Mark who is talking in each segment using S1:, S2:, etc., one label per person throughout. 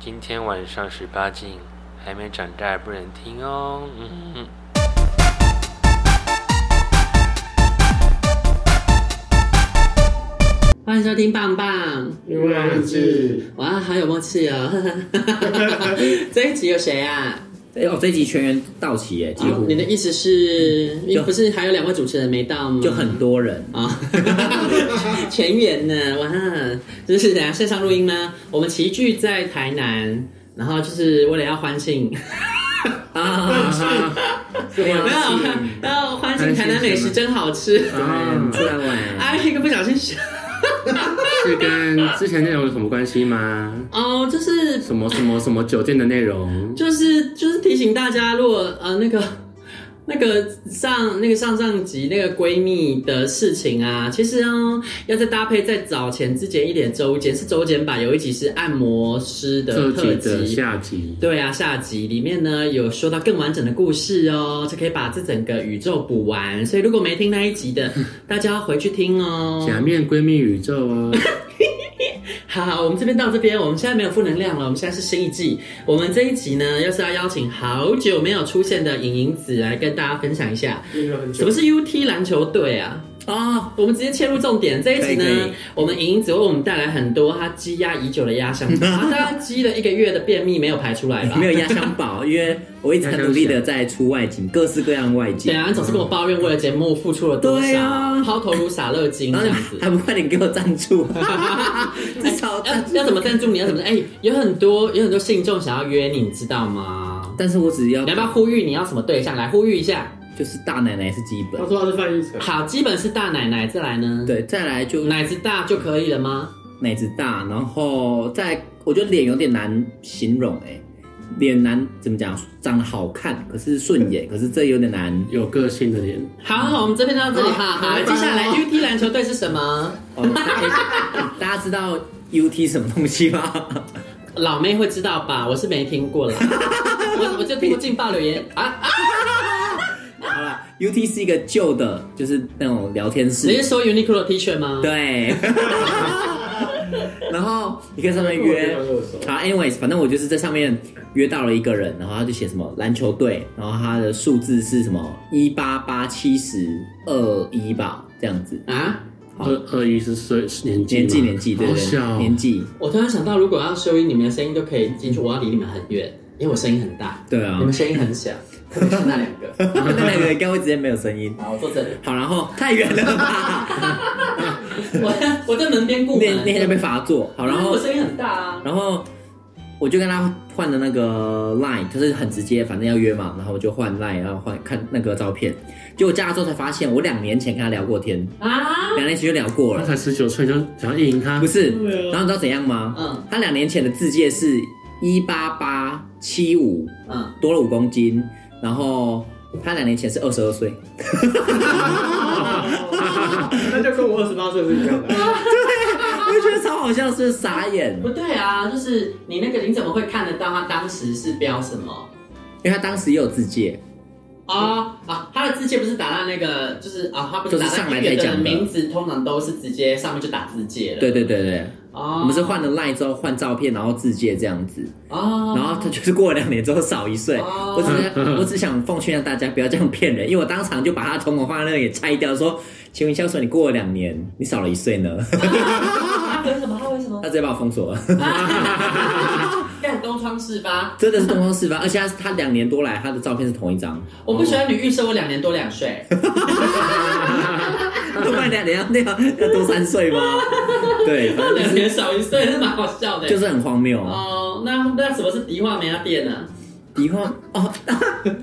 S1: 今天晚上十八禁，还没长大不能听哦。嗯嗯。
S2: 欢迎收听棒棒，
S3: 因为忘记
S2: 哇，好有默契哦！ 这一集有谁啊？哦
S4: 哎、哦，这一集全员到齐耶，几乎、
S2: 你的意思是，你不是还有两位主持人没到吗？
S4: 就很多人。
S2: 啊， 全员呢，哇，就是等下线上录音吗？我们齐聚在台南，然后就是为了要欢庆，
S3: 是
S2: 没有，
S3: 忘记
S2: 要欢庆台南美食真好吃，
S3: 嗯
S4: 出来玩，
S2: 哎，一个不小心，
S3: 是跟之前内容有什么关系吗？
S2: 哦，就是
S3: 什么什么什么酒店的内容？
S2: 就是就是提醒大家，如果呃那个那个上那个上上集那个闺蜜的事情啊，其实啊要再搭配再早前之前一点周间是周间吧，有一集是按摩师的
S3: 这
S2: 特
S3: 集的
S2: 辑。
S3: 下集，
S2: 对啊，下集里面呢有说到更完整的故事哦，就可以把这整个宇宙补完。所以如果没听那一集 的，大家要回去听哦。
S3: 假面闺蜜宇宙哦，
S2: 好好，我们这边到这边，我们现在没有负能量了，我们现在是新一季。我们这一集呢，要是要邀请好久没有出现的影影子来跟大家分享一下，什么是 UT 篮球队啊？嗯哦，我们直接切入重点。这一集呢
S4: 可以可以，
S2: 我们影影子为我们带来很多他积压已久的压箱 宝，他大概积了一个月的便秘没有排出来吧
S4: 没？有压箱宝，因为我一直很努力的在出外景，各式各样外景
S2: 对。啊，你总是跟我抱怨为了节目付出了多
S4: 对
S2: 少，
S4: 啊
S2: 抛头颅洒热金
S4: 然
S2: 这
S4: 后
S2: 样
S4: 你
S2: 子。
S4: 还 不快点给我赞助，至少
S2: 要
S4: 赞助。
S2: 要怎么赞助你？要怎么？哎、有很多有很多信众想要约你，你知道吗？
S4: 但是我只要
S2: 你要不要呼吁你要什么对象来呼吁一下？
S4: 就是大奶奶是基本，
S3: 说他是范逸臣，
S2: 好，基本是大奶奶，再来呢？，
S4: 对，再来就
S2: 奶子大就可以了吗？
S4: 奶子大，然后再我觉得脸有点难形容哎、脸难怎么讲，长得好看，可是顺眼，可是这有点难
S3: 有个性的脸，
S2: 好，好，我们这边到这里，哈哦好，接下来 UT 篮球队是什么？
S4: 哦，大大家知 道 UT 什么东西吗？
S2: 老妹会知道吧？我是没听过 啦，我我就听过劲爆留言啊啊！
S4: 好了，UT 是一个旧的，就是那种聊天
S2: 你
S4: 室
S2: 是，说 Uniqlo T 恤吗？
S4: 对。然后你可以上 面约，好，anyways，反正我就是在上面约到了一个人，然后他就写什么篮球队，然后他的数字是什么一八八七十二一吧，这样子，
S2: 啊！
S4: 好
S3: 二二一是岁是年纪吗
S4: 年纪年纪对
S3: 好
S4: 不
S3: 小
S4: 对？
S3: 哦，
S4: 年纪
S2: 我突然想到，如果要收音，你们的声音都可以进去，我要离你们很远，因为我声音很大，
S4: 对啊
S2: 你，们声音很小，特别是那两个。
S4: 那那个应该会直接没有声音。
S2: 好，我坐这里，
S4: 好，然后太远 了吧，
S2: 我我在门边顾
S4: 那
S2: 门，
S4: 那天就被罚坐。好，然后
S2: 我声音很大啊。
S4: 然后我就跟他换的那个 Line，就是很直接，反正要约嘛，然后我就换 Line，然后换看那个照片。结果加了之后才发现，我两年前跟他聊过天，
S2: 啊，
S4: 两年前就聊过
S3: 他
S4: 了，
S3: 才十九岁就想要意淫他
S4: 不，是
S2: 对啊？
S4: 然后你知道怎样吗？
S2: 嗯
S4: 他两年前的字界是一八八七五，
S2: 嗯，
S4: 多了五公斤，然后他两年前是二十 二岁，
S5: 那就跟我二十八岁是一样的。
S4: 我就觉得超好笑，是不是傻 眼？
S2: 不对啊，就是你那个你怎么会看得到他当时是标什么？
S4: 因为他当时也有字界，
S2: 啊啊！他的字界不是打到那个，就是啊，他不是打
S4: 就是上
S2: 到
S4: 来
S2: 一个
S4: 才
S2: 人
S4: 讲的
S2: 名字，通常都是直接上面就打字界了。
S4: 对对对对，
S2: 哦，
S4: 我们是换了 Line 之后换照片，然后字界这样子。
S2: 哦，
S4: 然后他就是过了两年之后少一岁，
S2: 哦
S4: 我只我只想奉劝一下大家不要这样骗人，因为我当场就把他瞳孔画那个也拆掉，说，请问肖叔你过了两年，你少了一岁呢？
S2: 他 为什么？他为什么
S4: 他？直接把我封锁了，
S2: 干东窗事发，
S4: 真的是东窗事发，而且他他两年多来他的照片是同一张，
S2: 我不喜欢你预设我两年多两岁。
S4: 那不然两年要那样要 多三岁吗？对，反正
S2: 两年少一岁是蛮好笑的。
S4: 就是很荒谬。
S2: 哦，那那什么是迪化美亚店呢？
S4: 以后哦，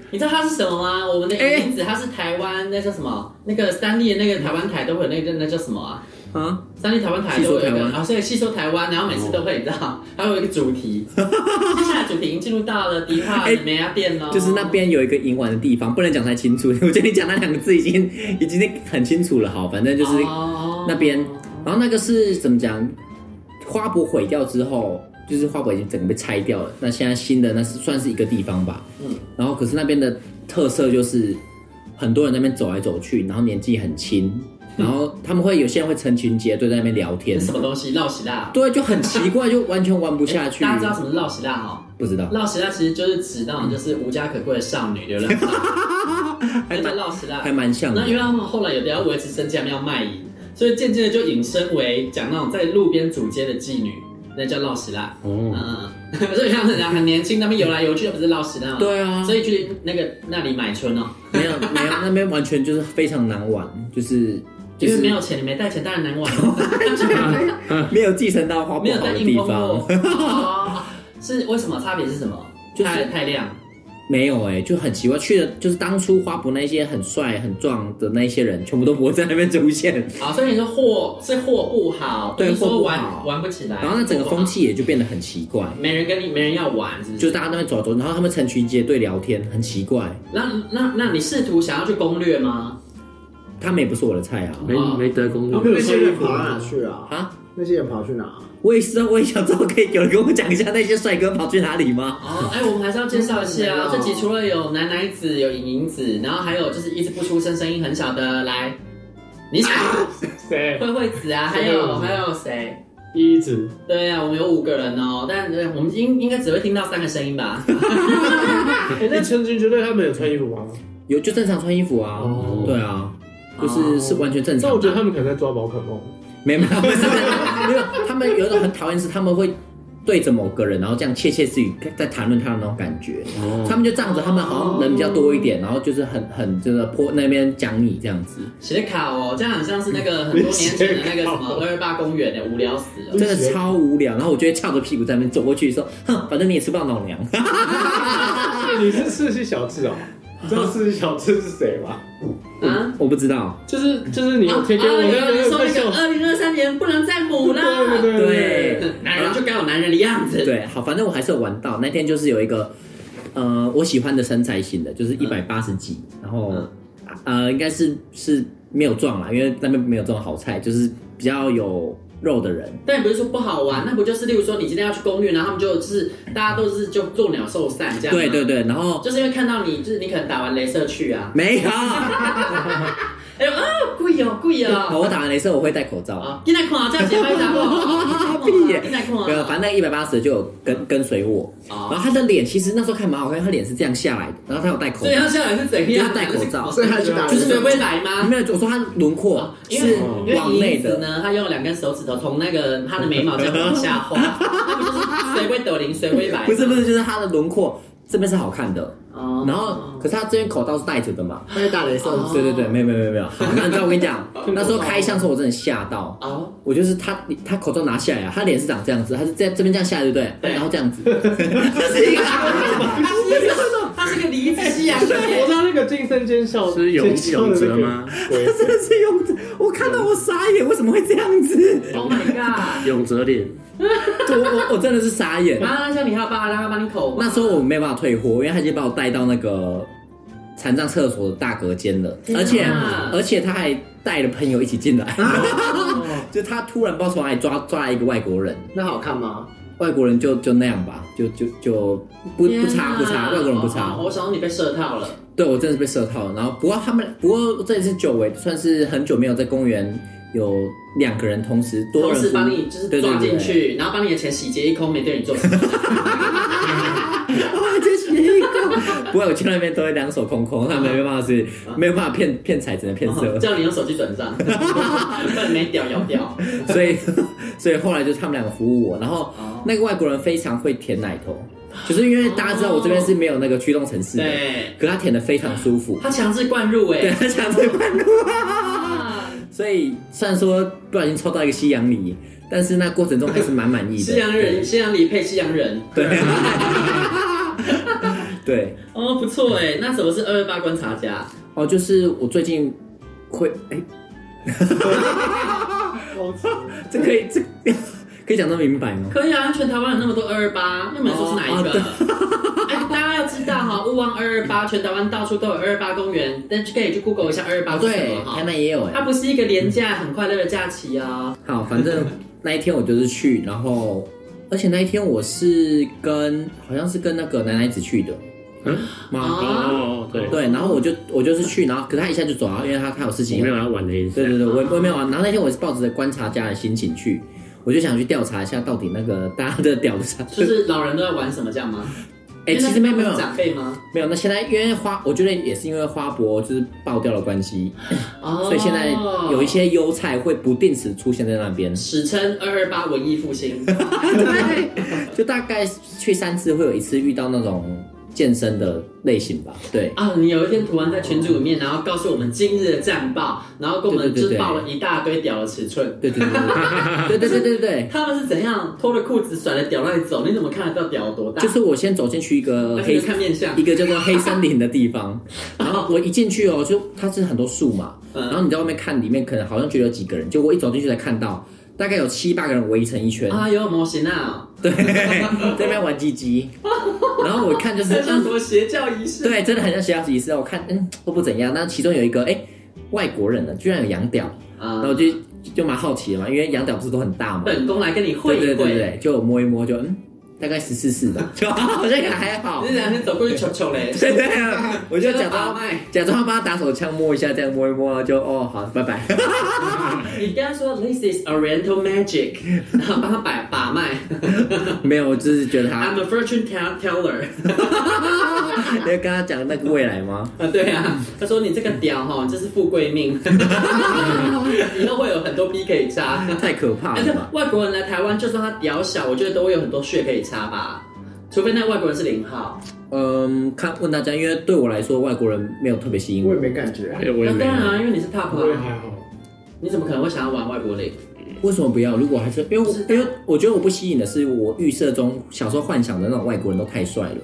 S2: 你知道它是什么吗？我们的
S4: 哎
S2: 银子，它是台湾那叫什么？那个三立的那个台湾台都会有那个那叫什么啊？
S4: 啊，
S2: 三立台湾台都会有
S4: 吸收
S2: 一
S4: 台
S2: 个
S4: 湾
S2: 啊，所以吸收台湾，然后每次都会，你知道，还会有一个主 题。接下来主题已经进入到了迪化
S4: 哎
S2: 美亚店喽，
S4: 就是那边有一个银玩的地方，不能讲太清楚， 我觉得你讲那两个字已经已经很清楚了，好，反正就是
S2: 哦
S4: 那边，然后那个是怎么讲？花博毁掉之后，就是花博已经整个被拆掉了。那现在新的那是算是一个地方吧。
S2: 嗯
S4: 嗯。然后可是那边的特色就是很多人在那边走来走去，然后年纪很轻，然后他们会有些人会成群结队在那边聊天
S2: 嗯是，什么东西？烙喜辣。
S4: 对，就很奇怪，就完全玩不下去。
S2: 哎大家知道什么是烙喜辣哈？
S4: 不知道？
S2: 烙喜辣其实就是指那种就是无家可归的少女流浪汉，真的烙喜辣
S4: 还。蛮像的
S2: 那。因为他们后来也比较维持身价，要卖淫，所以渐渐的就引申为讲那种在路边主街的妓女，那叫烙喜辣。嗯
S3: 哦，
S2: 嗯，嗯所以他们很很年轻，他们游来游去，那不是烙喜辣吗？
S4: 对啊
S2: 哦所以去那个那里买春哦，
S4: 没有没有，那边完全就是非常难玩，就是
S2: 因
S4: 就
S2: 为
S4: 是
S2: 没有钱，你没带钱，当然难玩。
S4: 没有继承到花
S2: 没
S4: 不
S2: 有
S4: 好
S2: 在
S4: 的
S2: 硬
S4: 地
S2: 通
S4: 方
S2: 过，。 哦是为什么差别是什么？
S4: 就是
S2: 太太亮，
S4: 没有哎、就很奇怪，去的就是当初花博那些很帅很壮的那些人，全部都不会在那边出现，
S2: 好，所以你说货是货不好，
S4: 对
S2: 不是说
S4: 货不
S2: 玩
S4: 好
S2: 玩不起来，
S4: 然后那整个风气也就变得很奇怪
S2: 货不，好没人跟你，没人要玩，是不是？
S4: 就是大家都在走走，然后他们成群结队聊天，很奇怪，
S2: 那那那你试图想要去攻略吗？
S4: 他们也不是我的菜啊
S3: 没没得攻
S5: 他们
S3: 略，
S5: 有些人跑到哪去啊？
S4: 啊！
S5: 那些人跑去哪？
S4: 我也是，啊我也想知道，可以有人跟我讲一下那些帅哥跑去哪里吗？
S2: 哦，哎，我们还是要介绍一下啊
S5: 嗯，
S2: 这集除了有男奶子、有影影子，然后还有就是一直不出声、声音很小的，来，你想
S5: 谁？
S2: 慧慧子啊，还有还有谁？
S5: 一子。
S2: 对啊，我们有五个人哦，但呃我们应应该只会听到三个声音吧？
S5: 哎，那成群结队他们有穿衣服
S3: 啊
S5: 吗？
S4: 有就正常穿衣服啊，
S5: 哦
S4: 对啊，就是、
S2: 哦
S4: 是完全正常
S5: 但
S4: 的。
S5: 我觉得他们可能在抓宝可梦。
S4: 没有，没有，不是没有，他们有一种很讨厌是他们会对着某个人，然后这样窃窃私语，在谈论他的那种感觉。他们就这样子，他们好像人比较多一点，然后就是很很就是泼那边讲你这样子，
S2: 写卡哦，这样很像是那个很多年前的那个什么二二八公园的，无聊死了。
S4: 真的超无聊。然后我就会翘着屁股在那边走过去说，哼，反正你也吃不到老娘。
S5: 你是四喜小智哦？你知道四喜小智是谁吗？
S2: 啊！
S4: 我不知道，
S5: 就是就是你有贴给我
S2: 二零二零
S5: 那
S2: 说
S5: 个
S2: 那个二零二三年不能再母啦，
S5: 对对对对，
S2: 男人就该有男人的样子。
S4: 对，好，反正我还是有玩到。那天就是有一个，呃，我喜欢的身材型的，就是一百八十几，然后
S2: 嗯
S4: 呃，应该是是没有撞啦，因为那边没有这种好菜，就是比较有肉的人。
S2: 但也不是说不好玩，那不就是例如说你今天要去攻略，然后他们就就是大家都是就作鸟兽散这样。
S4: 对对，对，然后
S2: 就是因为看到你，就是你可能打完镭射去啊，
S4: 没 有，
S2: 哎呦啊，贵哦贵哦，
S4: 我打完镭射我会戴口罩，
S2: 啊，进来看啊，这样节拍打我，
S4: 屁耶
S2: 进来看啊，
S4: 没有，反正那一百八十就有跟跟随我，然后
S2: 哦，
S4: 他的脸其实那时候看蛮好看，他脸是这样下来的，然后他有戴口
S2: 所以
S4: 罩，
S2: 他下来是怎样？
S4: 就是戴口罩
S2: 所以他
S5: 去打
S2: 就是没会来吗？
S4: 没有，我说他轮廓
S2: 啊因为
S4: 是
S2: 因为
S4: 往内
S2: 银子
S4: 的，
S2: 呢，他用两根手指头从那个他的眉毛这样往下 画，那不就是谁会抖零，谁会来？
S4: 不是不是，就是他的轮廓这边是好看的，
S2: 哦，
S4: 然后可是他这边口罩是戴着 的嘛，
S5: 那个大雷兽
S4: 对对对，没有没有没有没有，好那你知道我跟你讲，那时候开箱的时候我真的吓到，
S2: 哦，
S4: 我就是他，他口罩拿下来啊，他脸是长这样子，他是在这边这样下来，对不对？
S2: 对
S4: 然后这 样子，他是一个，
S2: 他是一个他是一个离子系 啊，
S5: 我知道那个晋升奸笑
S3: 是
S5: 奸
S3: 永
S5: 笑的
S3: 永
S5: 那
S3: 泽
S5: 个
S3: 吗？
S5: 鬼
S4: 他真的是用着，我看到我傻眼，为什么会这样子？
S2: Oh my god！
S3: 永泽脸，
S4: 我我我真的是傻眼。
S2: 然后那时候你还有爸爸让他帮你口吗？
S4: 那时候我没有办法退货，因为他已经把我带到那个残障厕所的大隔间了，而且
S2: 哪
S4: 而且他还带了朋友一起进来，
S2: 哦
S4: 就他突然不知道从哪里抓抓来一个外国人，
S5: 那好看吗？
S4: 外国人就就那样吧，就就就不不
S2: 天
S4: 差
S2: 哪
S4: 不差，外国人不差。
S2: 哦我想说你被射套了，
S4: 对我真的是被射套了。然后不过他们，不过这也是久违，算是很久没有在公园有两个人同时多
S2: 同
S4: 人
S2: 时
S4: 服
S2: 帮你就是抓进
S4: 对对对
S2: 去，然后把你的钱洗劫一空，没对你做什么。
S4: 哇，这是一个。不过我去那边都会两手空空，他们没办 法是没有办法骗骗财，只能骗色。
S2: 叫你用手机转 账，把你没屌咬掉。
S4: 所以 所以后来就他们两个服务我，然后
S2: 哦
S4: 那个外国人非常会舔奶头，就是因为大家知道我这边是没有那个驱动城市的，
S2: 哦对，
S4: 可他舔的非常舒服。
S2: 他强制灌入
S4: 对
S2: 哎，
S4: 他想这半路，所以虽然说不小心抽到一个西洋梨，但是那过程中还是蛮满意的。
S2: 西洋人，西洋梨配西洋人。
S4: 对，对，
S2: 哦，不错哎，那什么是二二八观察家？
S4: 哦，就是我最近会，哎，这可以这 可以讲得明白吗？
S2: 可以啊，全台湾有那么多二二八，又没说是哪一个。
S4: 哦
S2: 哎、大家要知道哈，勿忘二二八，全台湾到处都有二二八公园，但是可以去 Google 一下二二八是什
S4: 哦对
S2: 么，
S4: 台
S2: 哈。
S4: 南也有
S2: 它
S4: 哎。
S2: 不是一个廉价、很快乐的假期啊、
S4: 好，反正那一天我就是去，然后而且那一天我是跟好像是跟那个奶奶子去的，
S3: 嗯，
S4: 妈，
S3: 哦，对，
S4: 对，然后我就我就是去，然后可是他一下就走了，因为他他有事情
S3: 我
S2: 哦
S4: 要
S3: 没有要玩的意思
S4: 对。对对，我我也没有玩。然后那天我是抱着观察家的心情去，我就想去调查一下到底那个大家的屌啥。
S2: 就是老人都在玩什么这样吗？
S4: 哎、其实没有没有
S2: 长辈吗？
S4: 没有。那现在因为花，我觉得也是因为花博就是爆掉的关系，
S2: 哦
S4: 所以现在有一些优菜会不定时出现在那边。
S2: 哦史称二二八文艺复兴，
S4: 对，就大概去三次会有一次遇到那种健身的类型吧。对，
S2: 啊，你有一天涂完在群组里面，然后告诉我们今日的战报，然后跟我们
S4: 对对
S2: 就
S4: 对
S2: 是
S4: 对
S2: 报了一大堆屌的尺寸。
S4: 对对对对对对对对对对。
S2: 他们是怎样脱了裤子甩了屌让你走？你怎么看得到屌有多大？
S4: 就是我先走进去一个
S2: 那你
S4: 黑
S2: 就看面相
S4: 一个叫做黑森林的地 方，然后我一进去哦，就它是很多树嘛，
S2: 嗯
S4: 然后你在外面看，里面可能好像觉得有几个人，结果我一走进去才看到大概有七八个人围成一圈，
S2: 啊，有模型啊，
S4: 对， 在那边玩鸡鸡，然后我看就是
S2: 这像
S4: 嗯
S2: 什么邪教仪式？
S4: 对，真的很像学校仪式，我看嗯都不怎样，那其中有一个哎外国人的居然有洋屌，
S2: 啊
S4: 然后我就就蛮好奇的嘛，因为洋屌不是都很大嘛，
S2: 本宫来跟你会
S4: 对
S2: 一
S4: 对对
S2: 会。
S4: 对，就我摸一摸就嗯大概十四四吧， 就好像也还好
S2: 你。这两天走过去求求嘞，
S4: 对对啊，我就假
S2: 把
S4: 装
S2: 脉，
S4: 假装帮他打手枪摸一下，这样摸一摸，就哦好，拜 拜。
S2: 你跟他说 This is Oriental magic，然后帮他摆把 脉。
S4: 没有，我只是觉得 他
S2: I'm，a fortune tell- teller。
S4: 你要跟他讲那个未来吗？
S2: 啊，对啊，他说你这个屌哈，这是富贵命， 以后会有很多逼可以 插。
S4: 太可怕
S2: 而
S4: 了
S2: 且
S4: 吧！
S2: 外国人来台湾，就算他屌小，我觉得都会有很多血可以插吧，除非那外国人是零号。
S4: 嗯，看问大家，因为对我来说，外国人没有特别吸引
S5: 我
S4: 我。
S5: 也没感觉，
S3: 哎，我也
S2: 那
S3: 没
S2: 当然啊，
S3: 有。
S2: 因为你是 top
S5: 我也
S2: 啊，
S5: 还好。
S2: 你怎么可能会想要玩外国零？
S4: 为什么不要？如果还是因为我
S2: 是的
S4: 因为我觉得我不吸引的是我预设中小时候幻想的那种外国人都太帅了，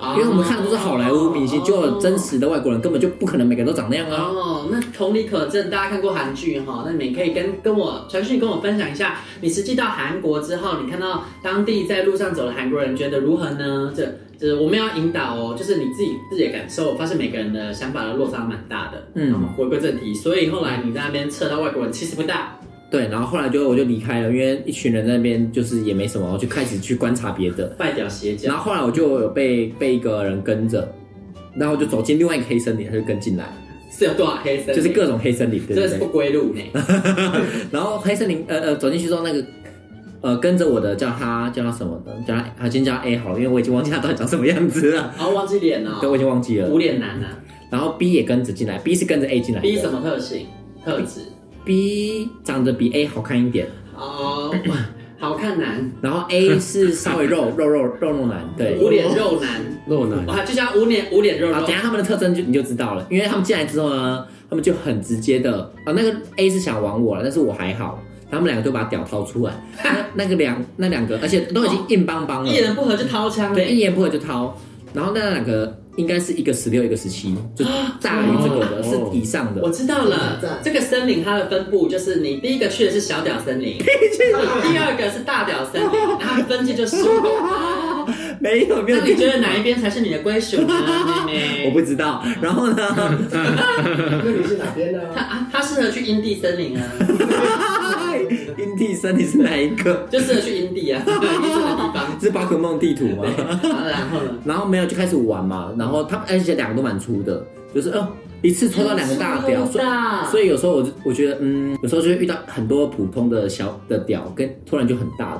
S2: 啊
S4: 因为我啊们看的都是好莱坞明星，就真实的外国人根本就不可能每个人都长那样啊。
S2: 哦，那同理可证，大家看过韩剧哈，那你们可以跟跟我传讯跟我分享一下，你实际到韩国之后，你看到当地在路上走的韩国人，觉得如何呢？这这我们要引导哦，就是你自己自己的感受，我发现每个人的想法的落差蛮大的。
S4: 嗯
S2: 好回归正题，所以后来你在那边测到外国人其实不大，
S4: 对，然后后来就我就离开了，因为一群人在那边就是也没什么，我就开始去观察别的。
S2: 外表邪教
S4: 然。后后来我就有被被一个人跟着，然后我就走进另外一个黑森林，他就跟进来，
S2: 是有多少黑森林？
S4: 就是各种黑森林，对
S2: 真的
S4: 对
S2: 是不
S4: 对。
S2: 归路呢。
S4: 然后黑森林，呃呃，走进去之后，那个呃跟着我的叫他叫他什么呢？叫他他先叫他 A 好了，因为我已经忘记他到底长什么样子了，
S2: 然后忘记脸了
S4: 对，我
S2: 哦，
S4: 已经忘记
S2: 无
S4: 了。
S2: 脸男啊
S4: 然后 B 也跟着进来，B 是跟着 A 进来的
S2: ，B 什么特性特质？
S4: ？B 长得比 A 好看一点，
S2: 哦， 好看男，
S4: 然后 A 是稍微肉肉肉肉肉男，对。
S2: 无脸肉男。
S3: 肉男，
S2: 哇，就像无脸无脸肉
S4: 啊，
S2: 肉
S4: 等一，下他们的特征就你就知道了，因为他们进来之后呢，他们就很直接的啊，那个 A 是想玩我了，但是我还好，他们两个就把屌掏出来，那那个两那两个，而且都已经硬邦邦了
S2: 哦一，人不合就掏枪
S4: 对，
S2: 嘞。
S4: 一言不合就掏，然后那两个应该是一个十六，一个十七，就大于这个的是
S3: 哦
S4: 以上的
S2: 我，知道了，这个森林它的分布就是你第一个去的是小屌森 林，第二个是大屌森林，然后分界就输了。
S4: 没有没
S2: 那
S4: 有，
S2: 你觉得哪一边才是你的归属呢，妹 妹？
S4: 我不知道，然后呢，
S5: 那你是哪边呢？
S2: 他啊，他适合去阴地森 林啊，
S4: 阴蒂森你是哪一个？
S2: 就适合去阴地啊， 阴地的地方。
S4: 是宝可梦地图吗？
S2: 然后呢？
S4: 然后没有就开始玩嘛，然后他们哎而且两个都蛮粗的，就是哦一次抽到两个大
S2: 哎
S4: 屌，所以
S2: 大，
S4: 所以有时候我就我觉得嗯，有时候就会遇到很多普通的小的屌，跟突然就很大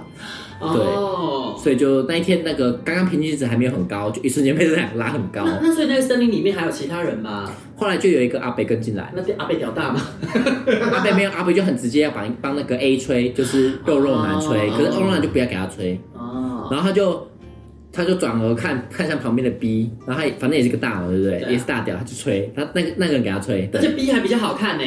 S4: 的，
S2: 哦。
S4: 所以就那一天那个刚刚平均值还没有很高，就一瞬间被这两个拉很 高。
S2: 那那所以那个森林里面还有其他人吗？
S4: 后来就有一个阿北跟进来，
S2: 那阿贝屌大吗？
S4: 阿北没有阿北就很直接要帮帮那个 A 吹，就是肉肉男吹，
S2: 哦
S4: 可是肉肉男就不要给他吹，
S2: 哦，
S4: 然后他就。他就转而看看向旁边的 B，然后他也反正也是个大嘛，对不对？
S2: 对啊
S4: 也是大屌，他就吹，他那个那个人给他吹，
S2: 而
S4: 对。
S2: 且 B 还比较好看呢、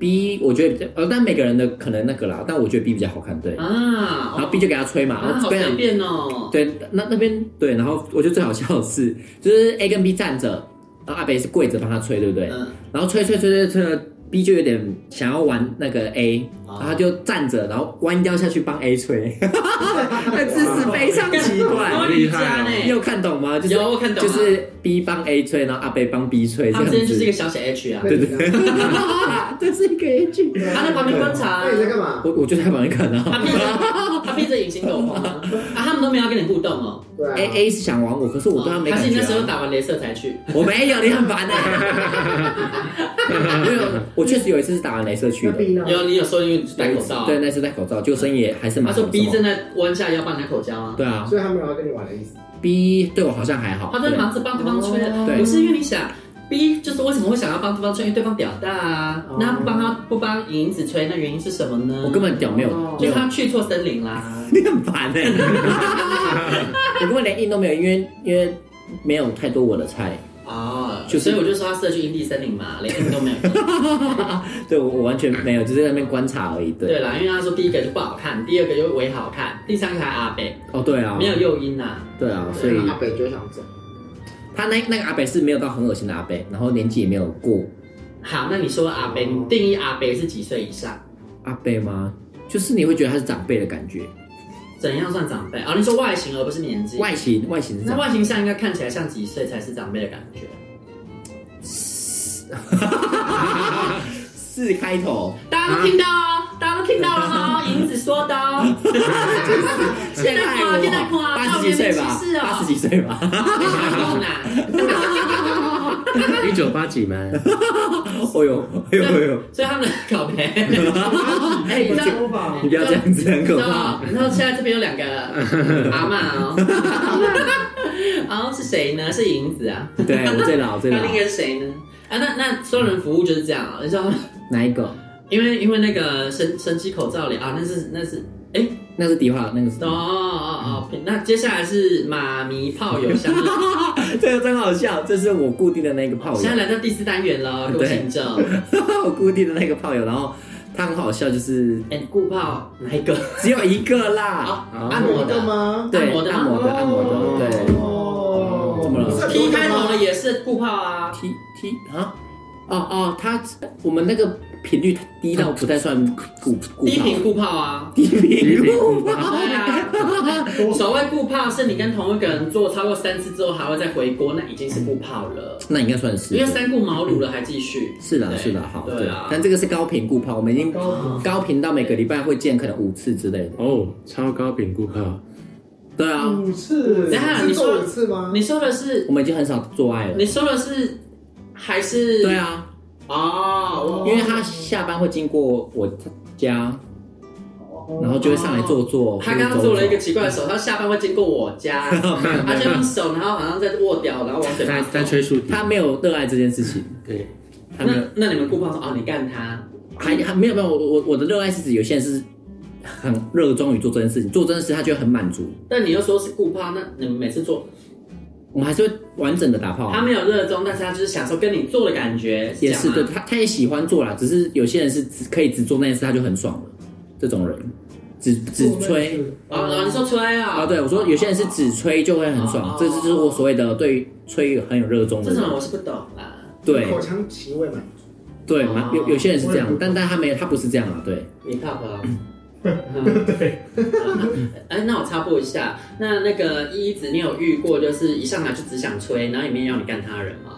S4: B 我觉得比较呃，但每个人的可能那个啦，但我觉得 B 比较好看，对。
S2: 啊，
S4: 然后 B 就给他吹嘛，
S2: 啊，
S4: 然
S2: 好
S4: 后这边
S2: 随便哦。
S4: 对那那边对，然后我觉得最好笑的是，就是 A 跟 B 站着，然后阿北是跪着帮他吹，对不对？
S2: 嗯，
S4: 然后吹吹吹吹吹，B 就有点想要玩那个 A，、
S2: 哦
S4: 然后他就站着，然后弯腰下去帮 A 吹，那姿势非常奇
S2: 然后
S4: 怪。哦
S2: 瑜伽呢
S4: 你？有看懂吗？就是
S2: 哦有我看懂啊
S4: 就是 B 帮 A 吹，然后阿北帮 B 吹，
S2: 他
S4: 这样
S2: 们之间就是一个
S4: 子。
S2: 小小 H 啊，
S5: 对对。
S4: 这是一个 A 剧。
S2: 他在旁边观察
S5: 那，你在干嘛？
S4: 我我就在旁边看啊。
S2: 他闭着他披着隐形斗篷啊，啊他们都没有要跟你互动哦。
S6: 对啊
S4: A A 是想玩我，可是我对他没
S2: 还
S4: 感
S2: 哦是你
S4: 觉
S2: 那时候
S4: 啊、
S2: 打完镭射才去？
S4: 我没有，你很烦的、 我有，我确实有一次是打完镭射去
S6: 那
S4: 的。
S6: B 呢？
S2: 有你有说因为戴口罩啊，
S4: 对，那次戴口罩，就生意也还是
S2: 他
S4: 蛮。
S2: 说 B 正在弯下腰帮你拿口罩啊，
S4: 对啊
S6: 所以他没有要跟你玩的意思。
S4: ，B 对我好像还好。
S2: 他在忙着帮对方吹啊，
S4: 对
S2: 不是因为你想。B 就是为什么会想要帮对方吹，因为对方屌大啊。那他不帮他不帮银子吹，那原因是什么呢？
S4: 对哦我根本屌没有，
S6: 哦
S2: 就
S4: 没有
S2: 他去错森林啦。
S4: 你很烦哎、 我根本连硬都没有，因为因为没有太多我的菜。
S2: 哦，
S4: 就是
S2: 所以我就说他适合去营地森林嘛，连音都 没有。
S4: 对我我完全没有，就是在那边观察而已。对，
S2: 对啦，因为他说第一个就不好看，第二个又微好看，第三个还阿北，
S4: 哦对啊，
S2: 没有诱因呐。
S4: 对啊，所以
S2: 嗯
S6: 那阿北就想走，
S4: 他那那个阿北是没有到很恶心的阿北，然后年纪也没有过
S2: 好，那你说阿北，你定义阿北是几岁以上？
S4: 阿北吗？就是你会觉得他是长辈的感觉，
S2: 怎样算长辈？哦，你说外形而不是年纪。
S4: 外形外形是这
S2: 那
S4: 样，
S2: 外形上应该看起来像几岁才是长辈的感觉？
S4: 四开头，
S2: 大家都听到哦，大家都听到了哦，银
S4: 嗯
S2: 子说的哦。现在看啊，现在看啊，
S4: 八十几岁吧
S2: 是，
S4: 八十
S2: 哦。
S4: 几岁吧，
S3: 一九八几吗？
S4: 哦呦哎呦哎呦，
S2: 所以他们的搞 没，哎，你
S6: 我
S2: 知道
S6: 讲吧，
S4: 你不要这样子，很
S2: 你
S4: 可
S2: 知道
S4: 怕
S2: 吗。？然后现在这边有两个阿嬷 哦，然后是谁呢？是银子啊，
S4: 对我最老最
S2: 那
S4: 老，
S2: 另一个是谁呢？啊，那那双人服务就是这样啊，你知道吗？
S4: 哪一个？
S2: 因为因为那个神神奇口罩里啊，那是那是哎
S4: 那是迪化，那个是
S2: 哦哦哦，那接下来是妈咪炮友相认，
S4: 这个真好笑，这是我固定的那个 炮友，
S2: 现在来到第四单元了，各位
S4: 对
S2: 听众，
S4: 我固定的那个炮友，然后他很好笑，就是
S2: 哎，顾炮哪一个？
S4: 只有一个啦，
S2: 好，按摩的
S6: 的？吗？
S4: 对，
S2: 按摩的吗哦
S4: 按摩的，按摩的，对
S6: 哦，
S4: 怎么了
S2: ，P 开头的也是顾炮 啊，
S4: ，T T 啊，哦哦，他我们那个频率低到不太算股股
S2: 低频顾炮啊，
S4: 低频股
S2: 对啊。所谓固泡是你跟同一个人做超过三次之后还会再回锅，那已经是固泡了，
S4: 那应该算是
S2: 因为三顾茅庐了还继续。
S4: 是的，
S2: 对
S4: 是的，好，
S2: 对啊。
S4: 但这个是高频固炮，我们已经
S6: 高
S4: 高频到每个礼拜会见可能五次之类的，
S3: 哦，超高饼顾客，
S4: 对啊，
S2: 嗯
S5: 五次
S2: 等一下你
S6: 做
S2: 说
S6: 五次吗？
S2: 你说的是
S4: 我们已经很少做爱了
S2: 你，说的是还是
S4: 对啊，
S2: 哦，
S4: 因为他下班会经过我家，然后就会上来坐坐。
S2: 哦他刚刚
S4: 或者走
S2: 做
S4: 走
S2: 了一个奇怪的手，他下班会经过我家， 他就用手，然后好像在握掉，然后往嘴巴
S3: 在
S2: 送
S3: 在吹竖笛，
S4: 他没有热爱这件事情，
S3: 对，
S4: 他没有
S2: 那，那你们顾泡说哦，你干他，
S4: 还还没有没有，我我我的热爱是指有些人是很热衷于做这件事情，做这件事他就会很满足。
S2: 但你又说是顾泡，那你们每次做
S4: 我们还是会完整的打炮啊、
S2: 他没有热衷，但是他就是享受跟你做的感觉，
S4: 也
S2: 这
S4: 是
S2: 样
S4: 对
S2: 吗
S4: 他他也喜欢做啦，只是有些人是只可以只做那件事他就很爽了，这种人只只吹。
S2: 哦，然后你说吹啊？
S4: 啊，对我说，有些人是只吹就会很
S2: 哦
S4: 爽，这就是我所谓的对吹很有热衷的
S2: 这
S4: 人。
S2: 种我是不懂啦。
S4: 对，
S6: 口腔期味满足，
S4: 对，
S2: 哦
S4: 蛮有有些人是这样，但但他没有，他不是这样啊，对，
S2: 你怕不？ 对。嗯 哎，那我插播一下，那那个一子，你有遇过就是一上来就只想吹，然后也没有让你干他人吗？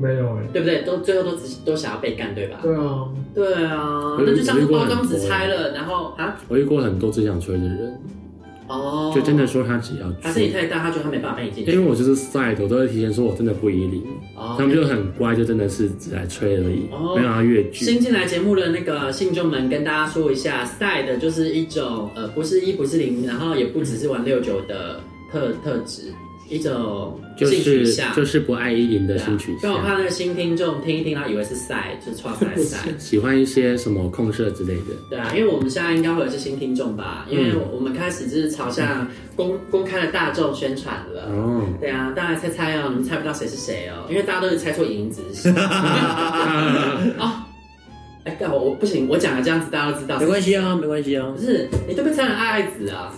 S5: 没有
S6: 欸
S5: 哎，
S2: 对不对？都最后都只都想要被干，对吧？
S5: 对啊，
S2: 对啊，
S3: 我遇
S2: 那就像是
S3: 我遇过
S2: 包
S3: 很
S2: 装纸
S3: 多
S2: 拆了，然后啊，
S3: 我遇过很多只想吹的人，
S2: 哦，
S3: 就真的说他只要
S2: 还是你
S3: 吹，
S2: 太大，他觉得他没办法被你进
S3: 因为
S2: 去。
S3: 我就是 side，我都会提前说我真的不依你，
S2: 哦
S3: 他们就很乖，就真的是只来吹而已，
S2: 哦
S3: 没有要越剧。
S2: 新进来节目的那个信众们，跟大家说一下，side 就是一种呃不是一不是零，然后也不只是玩六九的特特质，一种
S3: 就
S2: 性取
S3: 是
S2: 向。
S3: 就是不爱依林的
S2: 对啊
S3: 新曲
S2: 但我怕
S3: 线，
S2: 那个新听众听一听，然后以为是 side，就是创 side side。
S3: 喜欢一些什么控射之类的。
S2: 对啊，因为我们现在应该会有是新听众吧，因
S3: 嗯
S2: 为我们开始就是朝向公公开的大众宣传了。
S3: 哦，，
S2: 对啊，大家猜猜哦，你们猜不到谁是谁哦，因为大家都是猜错银子是 谁。啊，哎，干我我不行，我讲了这样子，大家都知道
S4: 没。关系啊，没关系啊
S2: 不，是，你都被称为爱爱子啊！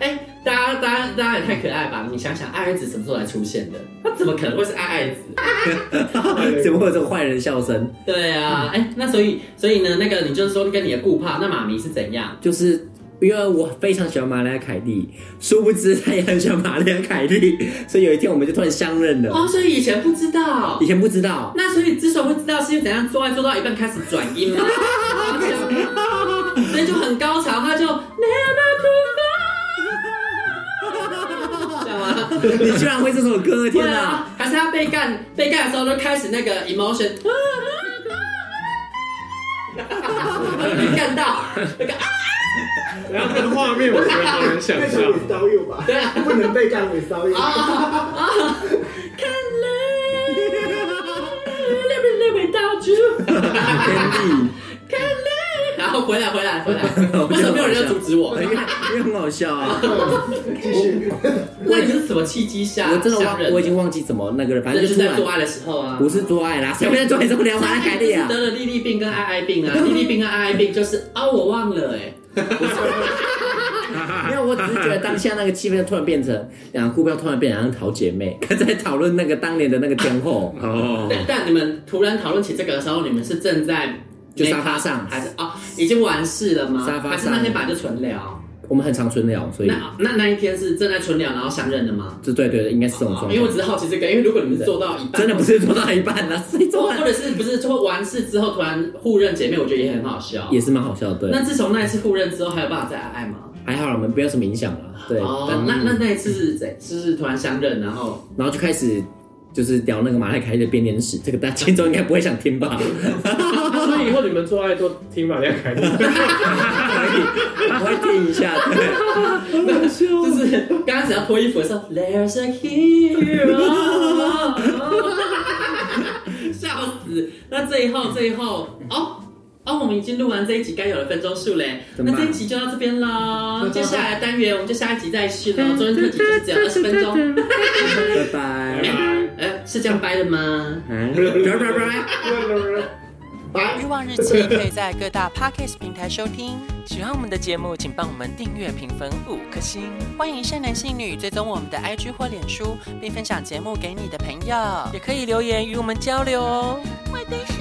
S2: 哎、大家大家大家也太可爱吧！你想想，爱爱子什么时候来出现的？他怎么可能会是爱爱子？
S4: 怎么会有欸啊这种坏人笑声？
S2: 对啊，哎、那所以所以呢，那个你就是说跟你的顾怕，那妈咪是怎样？
S4: 就是因为我非常喜欢玛利亚凯莉，殊不知他也很喜欢玛利亚凯莉，所以有一天我们就突然相认了，
S2: 哦，所以以前不知道
S4: 以，前不知道，
S2: 那所以之所以会知道是因为怎样做爱做到一半开始转音吗？好巧啊所以就很高潮，他就 never too far，知道吗？
S4: 你居然会这首歌，
S2: 对
S4: 天哪！
S2: 啊，还是他被干被干的时候就开始那个 emotion，被干到那个啊，
S5: 然后那个画面我觉得好难想
S6: 那
S5: 象
S6: 就，without you 吧，
S2: 对啊，
S6: 不能被干 without you。
S2: 啊啊！看来那边那边到处，
S4: 天地，
S2: 看来，然后回来回来回来，
S4: 哦
S2: 为什么没有人要阻止我？
S4: 因为因为很好笑 啊！
S6: 继续，
S2: 那你是什么契机下
S4: 我真的
S2: 相
S4: 忘，
S2: 认？
S4: 我已经忘记怎么那个了，反
S2: 那
S4: 正
S2: 就
S4: 就是突
S2: 在
S4: 然
S2: 做爱的时候啊，
S4: 不是做爱啦，谁会在做爱这么聊马来凯利啊
S2: 得？了莉莉病跟爱爱病啊，莉莉病跟爱爱病就是啊，我忘了哎、
S4: 没有，我只是觉得当下那个气氛突然变成啊两个股票突然变成好像好姐 妹，在讨论那个当年的那个天后
S3: 哦，
S2: 但但你们突然讨论起这个的时候，你们是正在
S4: 就沙发 上
S2: 还是啊、已经完事了吗？
S4: 沙发上
S2: 还是那天本来就纯聊？
S4: 我们很常纯聊，所以
S2: 那那那一天是正在纯聊，然后相认的吗？哦
S4: 这对对对，应该是这种状
S2: 因为
S4: 况。
S2: 我只是好奇这个，因为如果你们做到一半，
S4: 真的不是做到一半 啦，谁做
S2: 或
S4: 完
S2: 哦或者是不是说完事之后突然互认姐妹，我觉得也很好笑。
S4: 也是蛮好笑的，对
S2: 那，自从那一次互认之后，还有办法再爱爱吗？
S4: 还好啦我们没有什么影响啦，对，
S2: 哦
S4: 但，嗯
S2: 那那那一次是怎？就是突然相认，然后
S4: 然后就开始就是聊那个马来凯莉的编年史，这个大家听众应该不会想听 吧？
S5: 所以以后你们做爱都听玛利亚凯莉，
S4: 我会听一下，对，
S2: 就是 刚开始要脱衣服的时候，There's a hero，笑死！那最后最后哦哦，我们已经录完这一集该有的分钟数嘞，
S4: 怎么
S2: 那
S4: 办
S2: 这一集就到这边喽。接下来的单元我们就下一集再续喽。中间特辑就是只有二十分钟，
S4: 拜拜。
S2: 哎，是这样掰的吗？
S4: 嗯，拜拜拜。
S7: 欲望日记可以在各大 podcast 平台收听。喜欢我们的节目，请帮我们订阅、评分五颗星。欢迎善男信女追踪我们的 IG 或脸书，并分享节目给你的朋友，也可以留言与我们交流哦。我的世